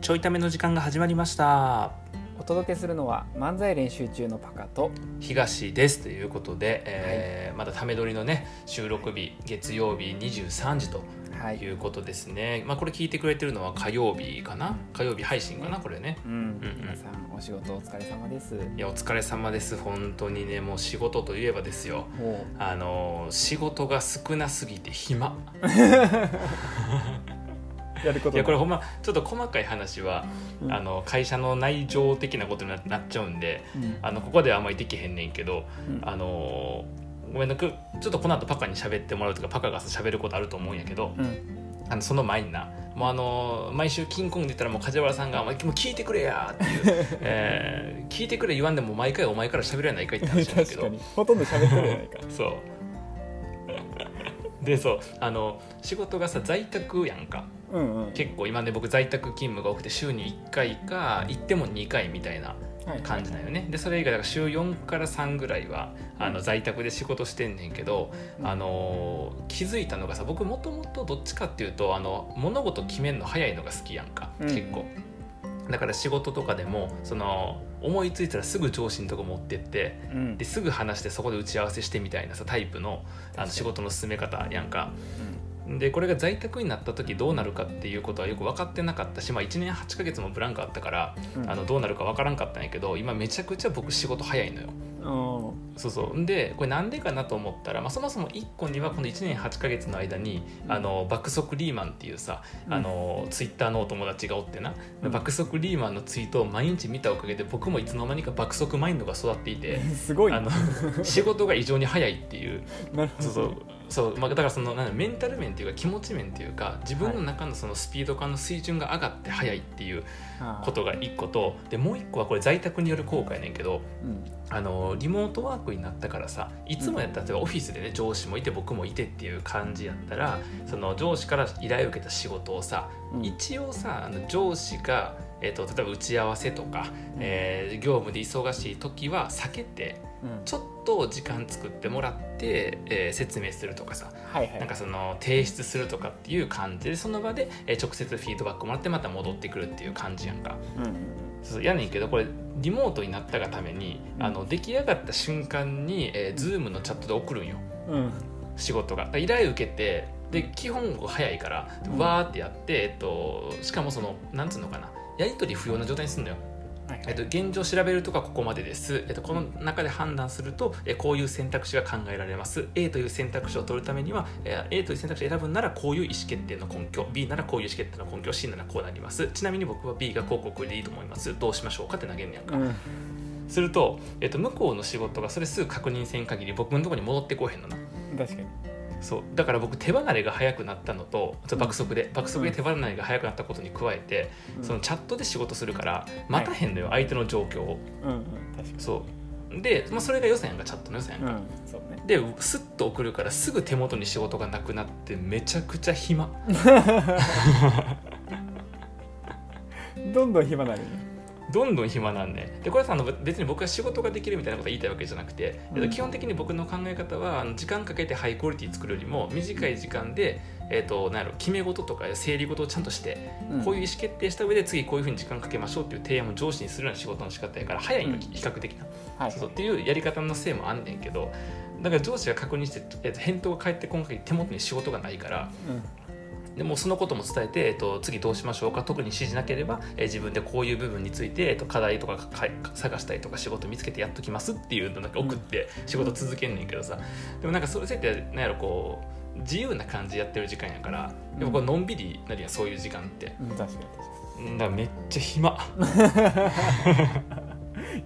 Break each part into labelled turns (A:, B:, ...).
A: ちょいための時間が始まりました
B: お届けするのは漫才練習中のパカと
A: 東ですということで、えーまだため撮りのね収録日月曜日23時と
B: はい
A: いうことですね、まあこれ聞いてくれてるのは火曜日かな火曜日配信かなこれね
B: うん、
A: うん
B: 皆さんお仕事お疲れ様です
A: いやお疲れ様です本当にねもう仕事といえばですよ
B: も
A: あのー仕事が少なすぎて暇
B: うやるこ
A: いやこれほんまちょっと細かい話は、
B: うん
A: あの会社の内情的なことにななっちゃうんで
B: うん
A: あのここではあんまりできへんねんけど、
B: うん
A: あのーごめんなくちょっとこの後パカに喋ってもらうとかパカが喋ることあると思うんやけど、
B: うん
A: あのその前になもうあのー毎週「キングコング」出たらもう梶原さんが「お前もう聞いてくれや」って いう、えー聞いてくれ言わんでも毎回お前から喋るやないかい」って話なんだけ
B: 確
A: ど
B: かにほとんど喋ってるじゃないか
A: そうでそうあの仕事がさ在宅やんか
B: うんうん
A: 結構今ね僕在宅勤務が多くて週に1回か行っても2回みたいな
B: はい
A: 感じなんよねでそれ以外だから週4から3ぐらいはあの
B: うん
A: 在宅で仕事してんねんけど、
B: うん
A: あのー気づいたのがさ僕もともとどっちかっていうとあの物事決めんの早いのが好きやんか
B: うん
A: 結構、だから仕事とかでもその思いついたらすぐ上司のとこ持ってって
B: うん
A: ですぐ話してそこで打ち合わせしてみたいなさタイプのあの仕事の進め方やんかでこれが在宅になった時どうなるかっていうことはよく分かってなかったし、まあ、1年8ヶ月もブランクあったから
B: うん
A: あのどうなるか分からんかったんやけど今めちゃくちゃ僕仕事早いのよ
B: うん
A: そうそうんでこれなんでかなと思ったら、まあ、そもそも1個にはこの1年8ヶ月の間に
B: うん
A: あの爆速リーマンっていうさ
B: うん
A: あのツイッターのお友達がおってな
B: うん
A: 爆速リーマンのツイートを毎日見たおかげで僕もいつの間にか爆速マインドが育っていて
B: すごい
A: あ
B: な
A: の仕事が異常に早いっていう
B: なる ほ
A: そう
B: ど
A: そうそう、まあ、だからそのなんだメンタル面っていうか気持ち面っていうか自分の中のそのスピード感の水準が上がって早いっていう
B: あー
A: ことが1個とでもう1個はこれ在宅による後悔やねんけど
B: うん
A: あのリモートワークになったからさいつもやったら例えばオフィスでね上司もいて僕もいてっていう感じやったらその上司から依頼を受けた仕事をさ
B: うん
A: 一応さあの上司が、えっと例えば打ち合わせとか、えー業務で忙しい時は避けて
B: うん
A: ちょっと時間作ってもらって、えー説明するとかさ
B: はいはい
A: なんかその提出するとかっていう感じでその場で、えー直接フィードバックもらってまた戻ってくるっていう感じやんか
B: うんうん
A: そうやねんけどこれリモートになったがために
B: うん
A: あの出来上がった瞬間に、えー、Zoom のチャットで送るんよ
B: うんうん
A: 仕事がだから依頼受けてで基本早いから
B: うん
A: わーってやって、えっと、しかもそのなんつうのかなやり取り不要な状態にすんのよ
B: はいは
A: えっ
B: い
A: と、現状調べるとかここまでです、えっと、この中で判断すると、えこういう選択肢が考えられます A という選択肢を取るためには、えー A という選択肢を選ぶならこういう意思決定の根拠 B ならこういう意思決定の根拠 C ならこうなりますちなみに僕は B が広告でいいと思いますどうしましょうかって投げんねやんか、
B: うん
A: すると、えっと、向こうの仕事がそれすぐ確認せん限り僕のところに戻ってこうへんのな
B: 確かに
A: そうだから僕手離れが早くなったのとちょっと爆速で爆速で手離れが早くなったことに加えて、
B: うん
A: そのチャットで仕事するから待たへんのよ、相手の状況を。
B: うんうん確か
A: そうで、まあ、それが予算がチャットの予算
B: にうんそうね
A: でスッと送るからすぐ手元に仕事がなくなってめちゃくちゃ暇
B: どんどん暇なるよ
A: どんどん暇なんねでこれはさあの別に僕は仕事ができるみたいなことは言いたいわけじゃなくて、えっ
B: う
A: と
B: ん
A: 基本的に僕の考え方はあの時間かけてハイクオリティ作るよりも短い時間で、えっとなんやろ決め事とか整理事をちゃんとして、
B: うん
A: こういう意思決定した上で次こういうふうに時間かけましょうっていう提案を上司にするような仕事の仕方やから早いの、
B: うん
A: 比較的な。
B: はい
A: そうそうっていうやり方のせいもあんねんけどだから上司が確認して、えっと返答が返って今回手元に仕事がないから
B: うん
A: でもうそのことも伝えて、えっと次どうしましょうか特に指示なければ、えー自分でこういう部分について、えっと課題とかかか探したりとか仕事見つけてやっときますっていうのなんか送って仕事続けんねんけどさ、でもなんかそれせいってなんやろこう自由な感じでやってる時間やからでもこうのんびりなるやんそういう時間って
B: うん確かに確かに
A: うんだからめっちゃ暇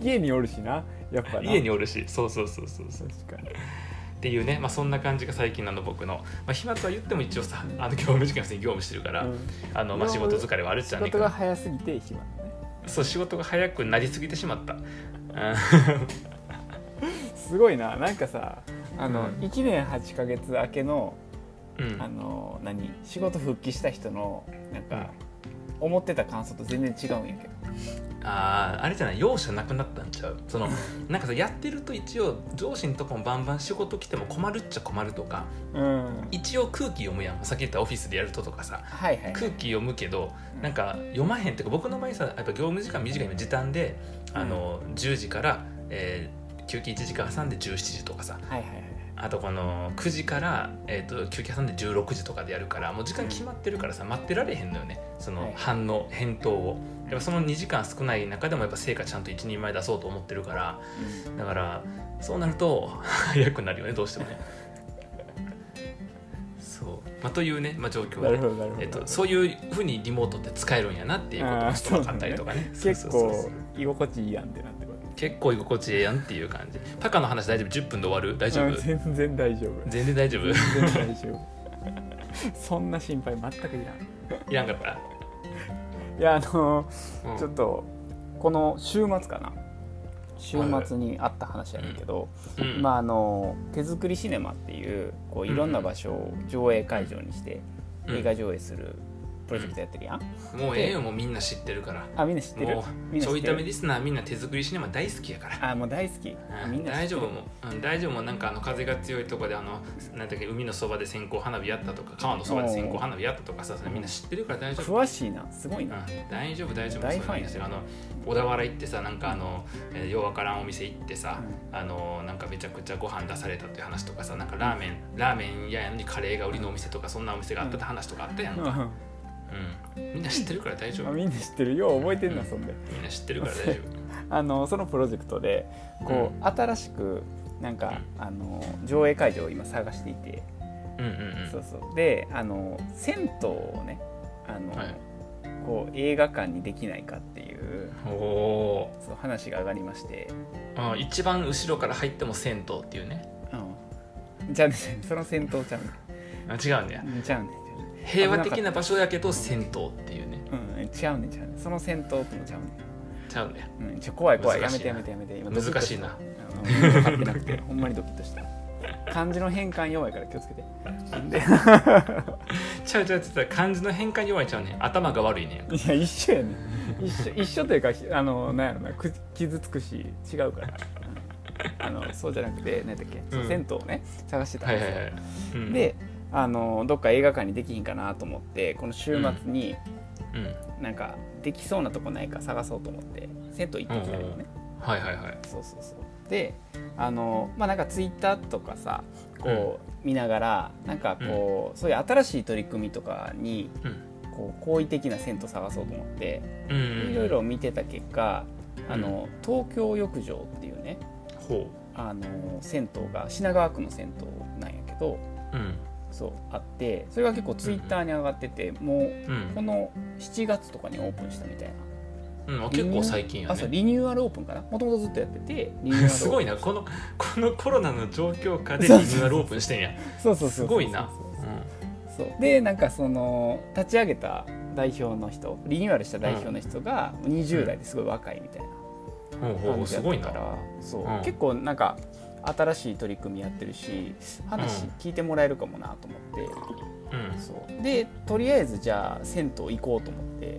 B: 家におるしなやっぱな
A: 家におるしそうそうそうそうそう
B: 確かに
A: っていうね、まあ、そんな感じが最近なの僕の、まあ、暇とは言っても一応さあの業務時間普通に業務してるから、
B: うん
A: あのまあ、仕
B: 業務
A: 事疲れはあるじ
B: 仕
A: ゃんねん
B: 事
A: け
B: が
A: ど
B: 早すぎて暇だね
A: そう仕事が早くなりすぎてしま った、うん
B: すごいななんかさあ
A: う
B: の、
A: ん
B: 1年8ヶ月明けの
A: うん
B: あの何仕事復帰した人のなんか思ってた感想と全然違うんやけど
A: あーあれじゃない容赦なくなったんちゃうそのなんかさやってると一応上司のとこもバンバン仕事来ても困るっちゃ困るとか
B: うん
A: 一応空気読むやんさっき言ったオフィスでやるととかさ
B: はいはい
A: 空気読むけどなんか読まへんってか僕の場合さやっぱ業務時間短い今時短であの10時から、えー休憩1時間挟んで17時とかさ
B: はいはいはい
A: あとこの9時から、えー、と休憩挟んで16時とかでやるからもう時間決まってるからさ待ってられへんのよねそ
B: はい
A: の反応返答をやっぱその2時間少ない中でもやっぱ成果ちゃんと一人前出そうと思ってるからだからそうなると早くなるよねどうして もねそう、まあ、というね、まあ、状況
B: な
A: で
B: るほどなるほど、
A: えっと、そういうふうにリモートって使えるんやなっていうこと
B: あ
A: が
B: ー
A: ちょっと分かったりとかねそう
B: 結
A: そうそうそう
B: 構居心地いいやんってなってこ
A: 結構居心地ええやんっていう感じパカの話大丈夫10分で終わる大
B: と
A: 丈
B: うん
A: 夫
B: 全然大丈 夫
A: 全然大丈夫
B: 全然大丈夫 そんな心配全くいらん
A: いらんかった
B: いやあの
A: うん
B: ちょっとこの週末かな週末にあった話やねんけど、
A: うん
B: まああの手作りシネマっていうこういろんな場所を上映会場にして
A: うん
B: 映画上映するプロジェクトやってるやん、
A: もうええよもうみんな知ってるから
B: あみんな知ってる
A: もう
B: みん
A: ち
B: な
A: ょ
B: 知っ
A: い
B: て
A: ため
B: る
A: リスナーみんな手作りシネマ大好きやから
B: あもう大好き
A: うん
B: みんな知
A: 大
B: って
A: 丈
B: る
A: 夫もう、うん、大丈夫もうなんかあの風が強いとこであのなんだっけ海のそばで線香花火やったとか川のそばで線香花火やったとかさそれみんな知ってるから大丈夫
B: 詳しいなすごいな、
A: うん大丈夫大丈夫
B: 大ファ
A: そういうのいい
B: ンや
A: んですよあの小田原行ってさなんかあの、えーようわからんお店行ってさ、あのなんかめちゃくちゃご飯出されたっていう話とかさなんかラーメンラーメン屋やのにカレーが売りのお店とかそんなお店があったって話とかあったやん
B: うん
A: か、うんみんな知ってるから大丈
B: あ
A: 夫み
B: みんな知ってるよう覚えてんなそんで
A: んな知ってるから大丈
B: あの そのプロジェクトでこう、新しくなんかあの上映会場を今探していて、
A: 夫うんうんうん
B: そうそうであの銭湯をねあの、
A: はい
B: こう映画館にできないかっていう
A: おお
B: そう話が上がりまして、
A: ー、うん、一番後ろから入っても銭湯っていうね
B: うん、じゃあねその銭湯ちゃうね
A: あ違うんだよ
B: んちゃうねん
A: 平和的な場所やけど銭湯っていうね
B: うんちゃうねんちゃうねんその銭湯ともちゃうね
A: ちゃうんだよ
B: んうんちょ怖い怖いや
A: 難
B: め
A: しい
B: て
A: な
B: やめてやめて今ドキッと
A: 難
B: し
A: しいな
B: うん分かってなくてほんまにドキッとした漢字の変換弱いから気をつけて
A: ちゃうちゃうちゃう漢字の変換弱いちゃうね頭が悪いね
B: いや一緒やねん一緒一緒というかあのなんやろなく傷つくし違うからあのそうじゃなくて何だっけ、そう
A: うん
B: 銭湯をね探してたん
A: は
B: で
A: い
B: す
A: は
B: よ、
A: いはい、うん、
B: であのどっか映画館にできひんかなと思ってこの週末に
A: うん、
B: なんかできそうなとこないか探そうと思って銭湯行ってきたよね、
A: はいはいはい
B: そうそうそうであのまあなんかツイッターとかさこう見ながらなんかこう、そういう新しい取り組みとかに
A: うん
B: こう好意的な銭湯探そうと思って
A: うんうん
B: いろいろ見てた結果あの東京浴場っていうね
A: ほ
B: あの銭湯が品川区の銭湯なんやけど
A: ううん
B: そうあってそれが結構ツイッターに上がっててもう
A: う
B: こ
A: ん、
B: の7月とかにオープンしたみたいな
A: うん、あ結構最近や
B: あそう
A: ね
B: リニューアルオープンかなもともとずっとやっててリニューア ル
A: すごいなこのこのコロナの状況下でリ
B: そ
A: ニ
B: う
A: ューアルオープンしてんや
B: そうそうそう
A: すごいな
B: そうでなんかその立ち上げた代表の人リニューアルした代表の人が20代ですごい若いみたいな
A: うんほうほうほ
B: 感
A: う
B: じ
A: す
B: やっ
A: ごい
B: た
A: な
B: からそ
A: う
B: う、
A: ん
B: 結構なんか新しい取り組みやってるし話
A: うん
B: 聞いてもらえるかもなと思って、
A: うん
B: そうでとりあえずじゃあ銭湯行こうと思って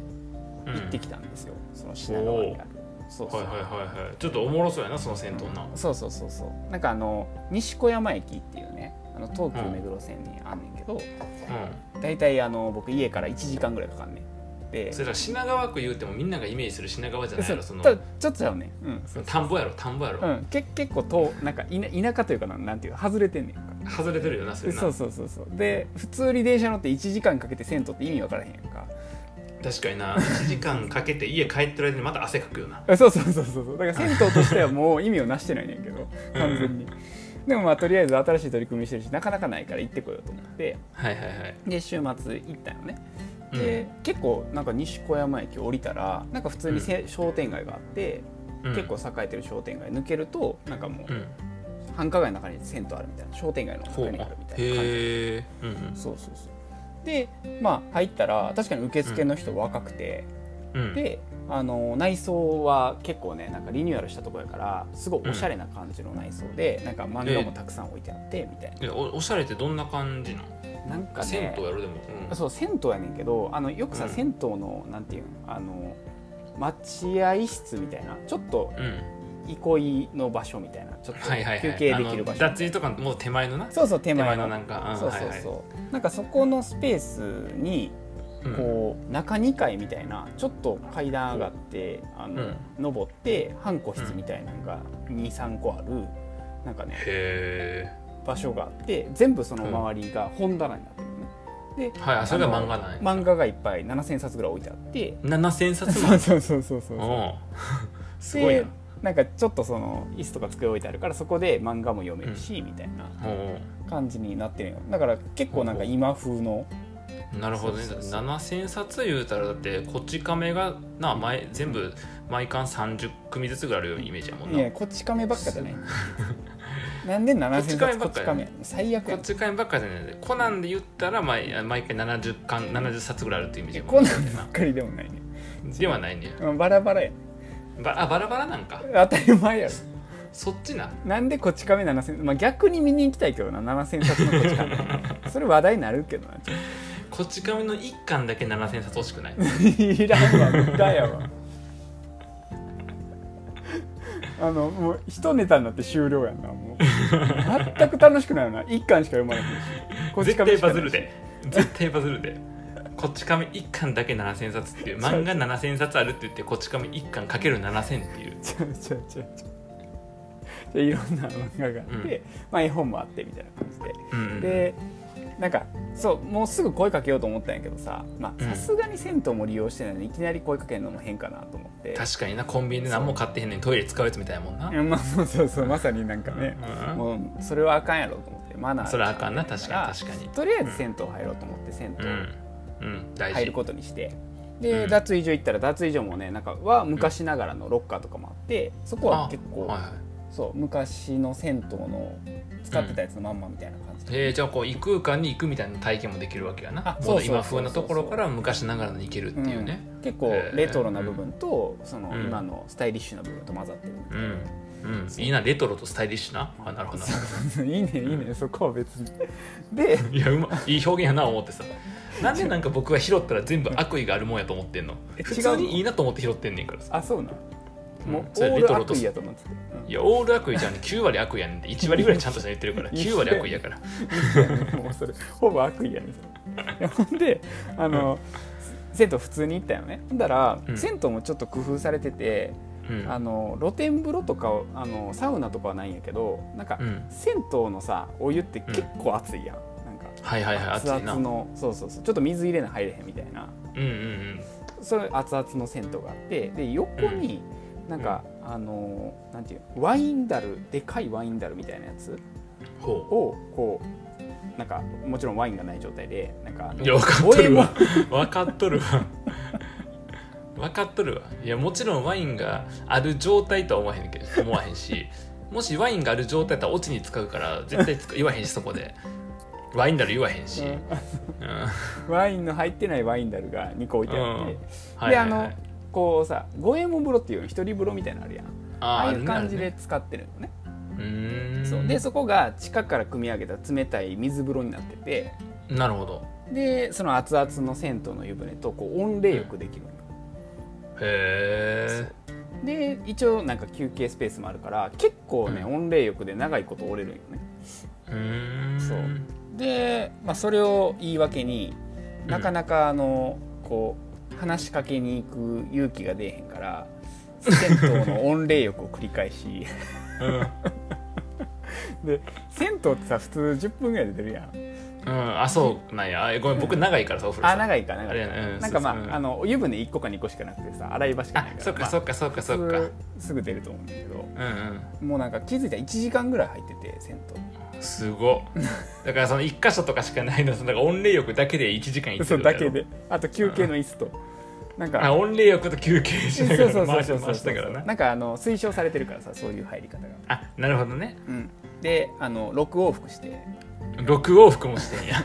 A: うん
B: 行ってきたんですよ、その品川にあるそうそう、
A: はいはいはいはいちょっとおもろそうやなその銭湯な
B: そうそうそうそうなんかあの西小山駅っていうねあの東急目黒線にあんねんけど、
A: う
B: 大体あの僕家から1時間ぐらいかかんねんで
A: んそれら品川区言うてもみんながイメージする品川じゃないやろ
B: そ
A: そうの
B: ただちょっとだよねうんそう
A: 田んぼやろ田んぼやろ、
B: うん、け結構となんかいな田舎というかななんていう外れてんねんか
A: 外れてるよなそれな
B: そうそうそうそうで普通に電車乗って1時間かけて銭湯って意味わからへんやんか
A: 確かにな1時間かけて家帰ってる間にまた汗かくよ な
B: あそうそうそうそうそうだから銭湯としてはもう意味をなしてないねんけど完全に、でもまあとりあえず新しい取り組みしてるしなかなかないから行ってこようと思って
A: はいはいはい
B: で週末行ったよね
A: うん
B: で、結構なんか西小山駅降りたらなんか普通にせ、商店街があって、
A: うん
B: 結構栄えてる商店街抜けるとなんかもう、
A: うん
B: 繁華街の中に銭湯あるみたいな商店街の
A: ほう
B: 中にあるみたいな感じ
A: へえうん
B: そうそうそうでまあ入ったら確かに受付の人若くて、
A: うんうん
B: であの内装は結構ねなんかリニューアルしたところやからすごいおしゃれな感じの内装で、なんか漫画もたくさん置いてあってみたい
A: えおおしゃれってどんな感じなの、
B: ななんかね
A: 銭湯やろでも、うん
B: そう銭湯やねんけどあのよくさ、
A: うん
B: 銭湯のなんていうのあの待合室みたいなちょっと
A: うん
B: 憩いの場所みたいなちょっと
A: はいはいはい
B: 休憩できる場所
A: あの脱衣とかもう手前のな
B: そうそう手
A: 手
B: 前
A: 前
B: の
A: のなんか、ん
B: そうそうそう、なんかそこのスペースに
A: はいはい
B: こう中2階みたいなちょっと階段上がってあの、
A: うん
B: 登って半個室みたいなのが23個あるなんかね
A: へ
B: 場所があって全部その周りが本棚になってるのね。で
A: えはいあそれが漫画
B: あ
A: だ
B: の
A: ね
B: 漫画がいっぱい7,000冊ぐらい置いてあって
A: 7000冊
B: そう
A: も
B: そうそうそうそう
A: おうすごい
B: で
A: な
B: なんかちょっとその椅子とか机置いてあるからそこで漫画も読めるし、みたいな
A: お
B: 感じになってるよだから結構なんか今風
A: う
B: の
A: なるほどね
B: そうそうそう
A: 7000冊言うたらだってこっち亀がな毎全部毎巻30組ずつぐらいあるようなイメージやもん
B: い
A: な
B: やこっち亀ばっかじゃ ないなんで
A: っ
B: 7000
A: ち亀
B: 冊
A: ば
B: こっ
A: っか
B: ち
A: や
B: 亀最悪
A: こ
B: や
A: っち亀ばっかじゃないでコナンで言ったら毎毎回70巻70冊ぐらいあるっていうイメージ
B: え
A: や
B: こ
A: も
B: ん
A: ん
B: なんばっかりでもないね
A: なではないね
B: うんバラバラや
A: ばあバラバラなんか
B: 当たり前やろ
A: そっちな
B: なんでこっち亀7000、まあ、逆に見に行きたいけどな7000冊のこっ ち亀それ話題になるけどなちょっ
A: こっち亀の1巻だけ7000冊惜しくない
B: といらんわ無駄やわあのもう一ネタになって終了やんなもう全く楽しくないよな1巻しか読まれないしこっち
A: 絶
B: 亀
A: 対
B: しか
A: バ
B: な
A: ズ
B: い
A: る
B: し
A: で絶対バズるでこっち亀1巻だけ7000冊っていう漫画7000冊あるって言ってこっち亀1巻かける7000っていう
B: ちゃうちゃうちゃうちゃうでいろんな漫画があって、まあ、絵本もあってみたいな感じで、
A: うん
B: でなんかそうもうすぐ声かけようと思ったんやけどさまあ
A: うん
B: さすがに銭湯も利用してないのにいきなり声かけるのも変かなと思って
A: 確かになコンビニで何も買ってへんねんトイレ使うやつみたいなもんな、
B: うんまあそうそうそうまさになんかね、
A: うん
B: もうそれはあかんやろと思ってマナー
A: それあかんな
B: だ
A: 確かに確かに
B: とりあえず銭湯入ろうと思って銭
A: う
B: 湯
A: んうん大事
B: 入ることにしてで、
A: うん
B: 脱衣所行ったら脱衣所もねなんかは昔ながらのロッカーとかもあってそこは結構、
A: あはいはい
B: そう昔の銭湯の使ってたやつのまんまみたいな感じで、
A: えー、じゃあこう異空間に行くみたいな体験もできるわけやな
B: あ
A: も
B: そう
A: う
B: そうそうそう
A: 今風なところから昔ながらに行けるっていうね
B: うん結構
A: えー
B: レトロな部分と、その
A: うん
B: 今のスタイリッシュな部分と混ざってるみた
A: う
B: い
A: ん、うんいいなレトロとスタイリッシュなあなるほどなるほ
B: な いいねいいねそこは別にで
A: どいやうまいい表現やな思ってさなんでなんか僕が拾ったら全部悪意があるもんやと思ってんの
B: え
A: 普
B: 違うの
A: 通にいいなと思って拾ってんねんからさ
B: あそうな
A: うん
B: もうオ
A: それ
B: ー
A: レト
B: ル
A: ロと
B: 悪意やと思ってて、うん
A: いやオール悪意じゃん9割悪意やねんって1割ぐらいちゃんとしたの言って るから9割悪意やから
B: もうそれほぼ悪意やねんそれほんであの、銭湯普通に行ったよねほんだら、
A: うん
B: 銭湯もちょっと工夫されてて、
A: うん
B: あの露天風呂とかをあのサウナとかはないんやけどなんか、
A: うん
B: 銭湯のさお湯って結構熱いやん、なんか
A: はいはいはい
B: 熱
A: 熱いな
B: 々のそうそうそうちょっと水入れな入れへんみたいな
A: うんうん
B: それ熱々の銭湯があってで横になんか、あのなんていうワインダルでかいワインダルみたいなやつ
A: うんほ
B: をこうなんかもちろんワインがない状態でなんかあの
A: ういや分かっとるわ
B: お
A: 分かっとるわ分かっとるわいやもちろんワインがある状態とは思わへんけど思わへんしもしワインがある状態だったらオチに使うから絶対使言わへんしそこでワインなら言わへんし、
B: う
A: うんん
B: ワインの入ってないワインダルが2個置いてあって、
A: うんはいはいはい
B: であのこうさ五右衛門風呂っていうの一人風呂みたいなのあるやんあ
A: あー
B: あ
A: あ
B: い
A: る
B: う
A: ねあ
B: 感
A: る
B: じで
A: ね
B: 使ってるのね
A: うーん
B: そうでそこが地下から汲み上げた冷たい水風呂になってて
A: なるほど
B: でその熱々の銭湯の湯船とこう温冷浴できるのよ
A: へえ
B: で一応なんか休憩スペースもあるから結構ね、
A: うん
B: 温冷浴で長いこと折れるんよね
A: うーん
B: そうで、まあ、それを言い訳になかなかあの、こう話しかけに行く勇気が出えへんから銭湯の温冷浴を繰り返し
A: うん
B: で銭湯ってさ普通10分ぐらいで出るやん
A: うん、あそうなんやあごめん僕長いからさお風呂さ
B: あ長いか長
A: あれ
B: い
A: や
B: か
A: なうん
B: なんかまあ,、
A: そうそううん
B: あの湯船1個か2個しかなくてさ洗い場しか
A: あ
B: ないから
A: そっ
B: ま
A: か
B: あ
A: そっかそっかそっか、
B: すすぐ出ると思うんだけど
A: うん
B: もうなんか気づいたら1時間ぐらい入ってて銭
A: うんすごっだからその一箇所とかしかないのそのだから温冷浴だけで1時間行
B: 湯
A: って
B: そ
A: る
B: うだけであと休憩の椅子と、なん
A: あ
B: か
A: 温冷浴と休憩し
B: そう
A: な
B: そ
A: が
B: うそ
A: ら
B: うそう
A: 回し
B: そう
A: 回し
B: そ
A: た
B: う
A: か
B: そ
A: ら
B: う
A: な
B: なんかあの推奨されてるからさそういう入り方が、
A: あなるほどね
B: うん、であの6往復して
A: 6往復もしてんや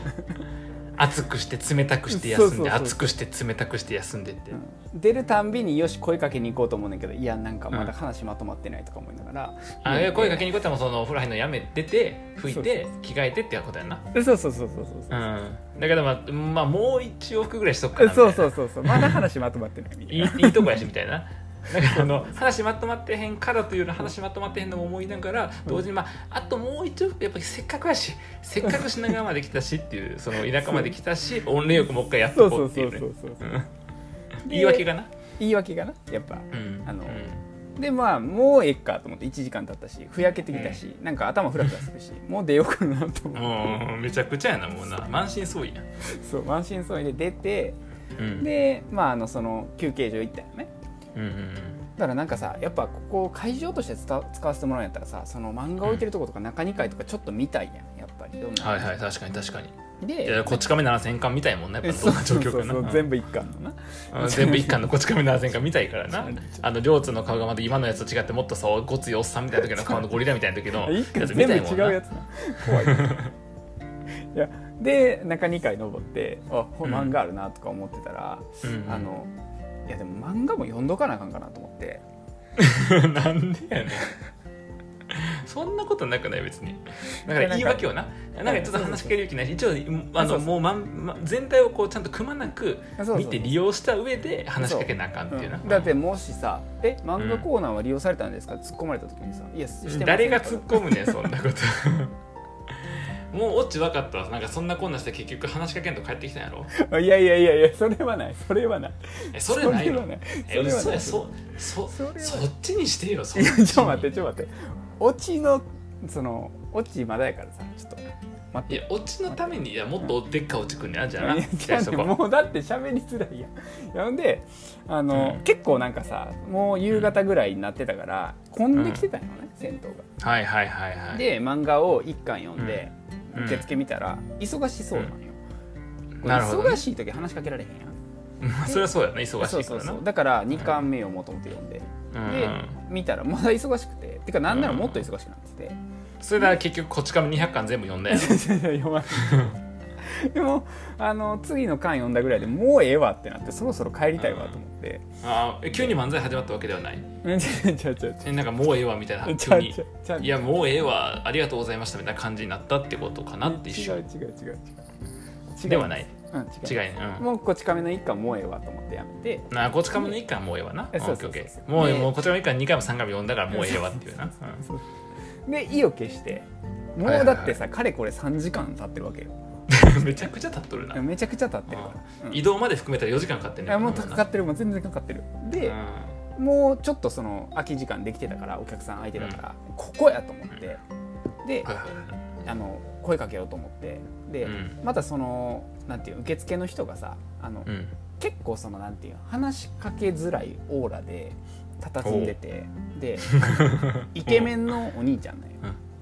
A: 熱くして冷たくして休
B: そ
A: ん
B: うそう
A: で
B: そう
A: 熱くして冷たくして休んでって、
B: 出るたんびによし声かけに行こうと思うねんだけどいやなんかまだ話まとまってないとか思いながら、
A: あいや声かけ
B: に
A: に行くことはもうそのお風呂入るのやめてて拭いて着替えてってことやんな
B: そうそうそうそうそう
A: うんだけどまあ、まあ、もう一往復ぐらいしとくか
B: そう
A: なみたい
B: そう
A: な
B: そうそうそうまだ話まとまってないみたい
A: いい
B: ない
A: いとこやしみたいな。だからあの話まとまってへんからというの話まとまってへんのも思いながら同時に、まあ、あともう一応やっぱりせっかくやしせっかく品川まで来たしっていうその田舎まで来たし御礼よくもう一回やっと
B: そう
A: こ
B: そうう
A: って
B: そ
A: いうう
B: そ
A: ね
B: うそうそう
A: うん言い訳がな、
B: 言い訳がなやっぱ
A: うん
B: あの
A: うん
B: でまあもうえっかと思って1時間経ったしふやけてきたし、なんか頭フラフラする しもう出ようかなと思っ
A: もうめちゃくちゃやなもうな満身創痍やん、
B: てそう満身創痍で出て
A: うん、
B: でまああのその休憩所行ったよね
A: うんうん
B: だからなんかさやっぱここ会場として使使わせてもらうんやったらさその漫画置いてるとことか中2階とかちょっと見たいやんやっぱりどん
A: うん
B: な、
A: はいはい確かに確かにいや
B: で
A: こっち亀7000巻見たいもんねや
B: え
A: っぱど
B: そうん
A: な状
B: そう
A: 況
B: そう
A: かな
B: そううん全部一巻のな
A: うん全部一巻のこっち亀7000巻見たいからな
B: そう
A: あの両津の顔がまた今のやつと違ってもっとさごついおっさんみたいな時の顔のゴリラみたいな時の
B: 一巻
A: やつ見
B: 全部
A: たいも
B: 違
A: んな
B: うやつな怖いいやで中2階登ってあこれ漫画あるなとか思ってたら、
A: うん
B: あのいやでも漫画も読んどかなあかんかなと思って。
A: なん でやねんそんなことなくない別にだか
B: な
A: ら
B: んか
A: 言い訳をななんかちょっと話しかける勇気ないし一応あ
B: そ
A: の
B: うそう
A: もう、まんま、全体をこうちゃんとくまなく
B: そうそう
A: 見て利用した上で話しかけなあかんっていうな
B: うんだってもしさ「え漫画コーナーは利用されたんですか?」突っ込まれた時にさ「いやしてません
A: 誰が突っ込むねんそんなこと もうオチ分かったわなんかそんなこんなして結局話しかけんと帰ってきたんやろ
B: いやいやいやいやそれはないそれはない
A: えそれない
B: それは
A: の
B: ない
A: え嘘や
B: そ
A: そそ
B: それはない
A: そっちにしてよそ
B: れはないいやちょっと待っててちょっと待ってオチのそのオチまだやからさちょっと待って
A: いやオチのためにいやもっとでっかいオチくんねあじゃあな
B: いや
A: 期待しとこう
B: もうだって喋りづらいやんいやほんであの、
A: うん
B: 結構なんかさもう夕方ぐらいになってたから混んできてたんよね、銭湯が
A: はいはいはいはい
B: で漫画を1巻読んで、
A: うん
B: 受付見たら忙しそうなんよ、これ
A: なるほどね
B: 忙しい時話しかけられへんやん
A: まあそれはそうやな忙しいからな
B: そうそうそうだから2巻目をもともと読んで、
A: うん
B: で
A: うん
B: 見たらまだ忙しくててかなんならもっと忙しくなってて、
A: それだから結局こっちから200巻全部読んだよ
B: 読まない でもあの次の巻読んだぐらいでもうええわってなってそろそろ帰りたいわと思って、
A: あーえ急に漫才始まったわけではない
B: うん、ちゃうちゃうちゃうち
A: えなんかもうええわみたい
B: ゃう
A: な
B: ち
A: 急
B: ゃう
A: に
B: ちゃうちゃう
A: いやもうええわありがとうございましたみたいな感じになったってことかなって一
B: 違
A: 緒
B: う違う違う違う違う
A: ではない
B: うん
A: 違いう
B: 違
A: ねうん
B: もうこち亀の一巻もうええわと思ってやめて
A: なあこっち亀の一巻もうええわな。
B: え
A: オ
B: そ
A: ッ
B: うそ
A: ケ
B: う
A: ーオッ
B: そ
A: ケ
B: うそう
A: ーもうええ
B: で
A: もうこっち亀の一巻二回も三回も読んだからもうええわっていうな。うん
B: で意を決してもう
A: はいはいはい
B: だってさかれこれ3時間経ってるわけよ
A: めちゃくちゃ経っとるな。
B: めちゃくちゃ経ってるか
A: う
B: ら、
A: ん
B: うん
A: 移動まで含めたら4時間かかってん
B: い
A: ね
B: や
A: ん
B: もうかかってるもう全然かかってるで
A: う
B: もうちょっとその空き時間できてたからお客さん空いてたから、ここやと思ってで
A: んはいはい
B: あの声かけようと思ってで、
A: うん
B: またそのなんていう受付の人がさあの、
A: うん
B: 結構そのなんていう話しかけづらいオーラで佇んでて でイケメンのお兄ちゃんなんよ、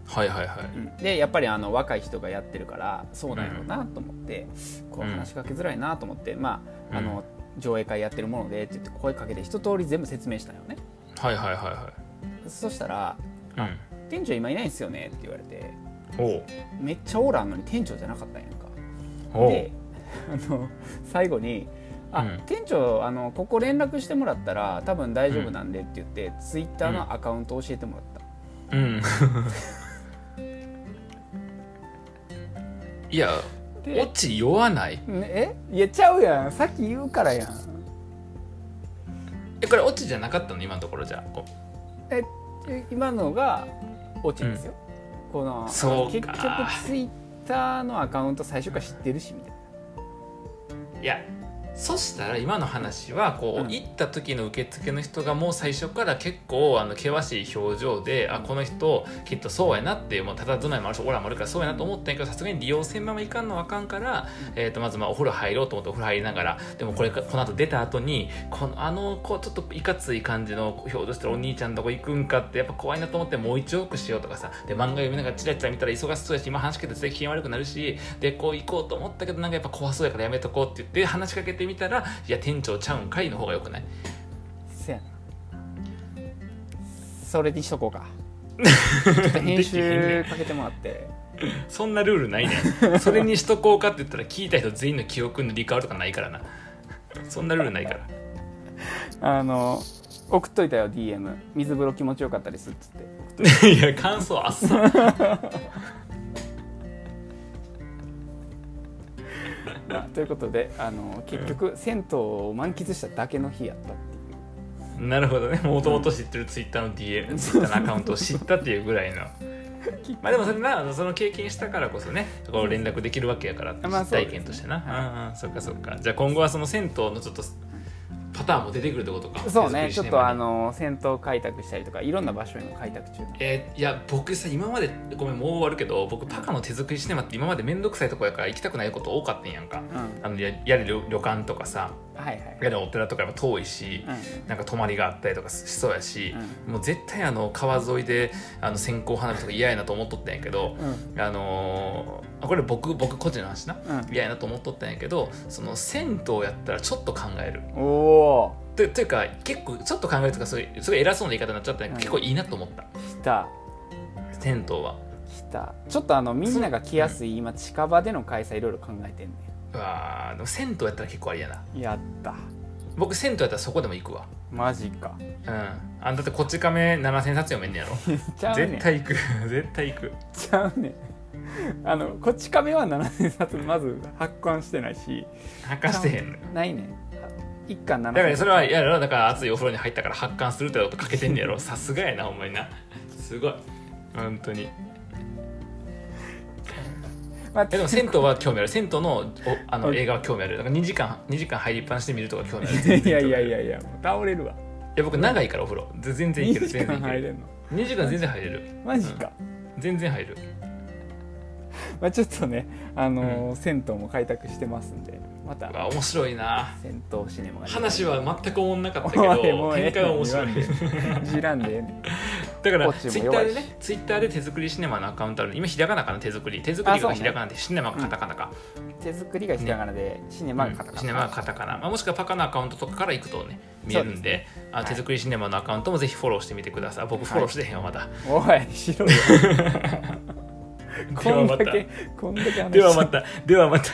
A: はいはいはい
B: うんでやっぱりあの若い人がやってるからそうなんやろうなと思って、こう
A: うん
B: 話しかけづらいなと思って、まああ
A: う
B: の上映会やってるものでって言って声かけて一通り全部説明したんよね
A: はいはいは
B: そしたら
A: いはい
B: 「店長今いないんすよね」って言われて
A: うんおう
B: めっちゃオーラあんのに店長じゃなかったんやんか
A: おう
B: であの最後に「あ、
A: うん
B: 店長あのここ連絡してもらったら多分大丈夫なんで」って言って、ツイッターのアカウント教えてもらった、
A: うん いや
B: で
A: オチ酔わない
B: ねえいやちゃうやんさっき言うからやん
A: えこれオチじゃなかったの今のところじゃこ
B: ええ今のがオチですよ、この
A: そうか
B: 結局ツイッターのアカウント最初から知ってるしみたいな
A: ういやそしたら今の話はこう、
B: うん
A: 行った時の受付の人がもう最初から結構あの険しい表情で、あこの人きっとそうやなってもうただどないもあるしオーラもあるからそうやなと思ったんやけどさすがに利用せんままいかんのはあかんから、えー、とまずまあお風呂入ろうと思ってお風呂入りながらでもこれかこの後出た後にこのあのこうちょっといかつい感じの表情してるお兄ちゃんのとこ行くんかってやっぱ怖いなと思ってもう一往復しようとかさで漫画読みながらチラチラ見たら忙しそうやし今話しかけて絶対機嫌悪くなるしでこう行こうと思ったけどなんかやっぱ怖そうやからやめとこうって言って話しかけてみたらいや店長ちゃうんかいの方がよくない
B: せやな それにしとこうかちょっと編集かけてもらって
A: そんなルールないねん それにしとこうかって言ったら聞いた人全員の記憶のリカールとかないからなそんなルールないから
B: あの送っといたよ DM 水風呂気持ちよかったですっつって
A: いや感想あっさ
B: まあということであの結局、銭湯を満喫しただけの日やったって
A: なるほどねもともと知ってるツイッターの DM ツイッターのアカウントを知ったっていうぐ らいの
B: いう、
A: まあでもそれなその経験したからこそねこう連絡できるわけやから
B: まあ
A: 実
B: そうですね
A: 体験としてな、うんうんそっかそっかじゃあ今後はその銭湯のちょっとパターンも出てくるってことか
B: そうね
A: 手
B: ち
A: 作りシネ
B: ょっ
A: マに
B: とあの銭湯開拓したりとかいろんな場所への開拓中なんで
A: えーいや僕さ今までごめんもう終わるけど僕パカの手作りシネマって今まで面倒くさいとこやから行きたくないこと多かったんやんか
B: うん
A: あのややる旅旅館とかさ
B: はいはい
A: やるお寺とかやっぱ遠いし、
B: う
A: なんか泊まりがあったりとかしそうやし、もう絶対あの川沿いであの線香花火とか嫌やなと思っとったんやけど、
B: ん
A: あのーあこれ僕僕個人の話な、
B: うん
A: 嫌やなと思っとったんやけどその銭湯やったらちょっと考える
B: うんおお
A: とというか結構ちょっと考えるとかすごいすごい偉そうな言い方になっちゃったんやけど、
B: うん
A: 結構いいなと思った
B: 来た
A: 銭湯は。
B: 来たちょっとあのみんなが来やすい今近場での開催いろいろ考えてんね
A: うわーでも銭湯やったら結構ありやなん
B: やった
A: 僕銭湯やったらそこでも行くわ
B: マジか
A: うんあんだってこっち亀7000冊読めんね やろ
B: ちゃうねん
A: 絶対行く 絶対行く
B: ちゃうねんあのこっち亀は7000冊まず発行してないし
A: 発汗してへんのよ
B: ないねん一巻7000
A: だからそれはやろだから熱いお風呂に入ったから発汗するってことかけてんねやろさすがやなほんまになすごい本当に
B: まあ
A: えでも銭湯は興味ある銭湯の おあ
B: う
A: の
B: ん
A: 映画は興味あるだから2時間二時間入りっぱなしで見るとか興味ある全
B: い
A: 然
B: や
A: 興
B: い
A: 味あ
B: や
A: る
B: いやいやもう倒れるわ
A: いや僕長いからお風呂ぜ全然いける
B: 2時
A: 全然い
B: 間
A: け
B: 入
A: る
B: れんの
A: 2時間全然入れる
B: マジか、
A: 全然入る
B: まあ、ちょっとね、あのー銭湯も開拓してますんでまた
A: うわ面白いな
B: 銭湯シネマが
A: 話は全く思んなかったけ
B: おいも
A: ど
B: うええ
A: 展開は面白い
B: じらんでええねん
A: だから
B: こっち
A: ツイ
B: も
A: ッタ
B: 弱
A: ー
B: い
A: で
B: し
A: ねツイッターで手作りシネマのアカウントある今ひらがなかな手作り手作り
B: あそう
A: が
B: ね
A: ひらがなでシネマがカタカナか、
B: 手作りがひらがなで、シネマがカタカナ、
A: うんシネマがカタカナ、まあ、もしくはパカのアカウントとかから行くとね見えるんで
B: そう
A: あ手作りシネマのアカウントもぜひフォローしてみてください僕フォローしてへんわまだ、
B: おいし ろよ
A: では
B: こん
A: ま
B: だ
A: た
B: けこんだけ話
A: ではまたではまた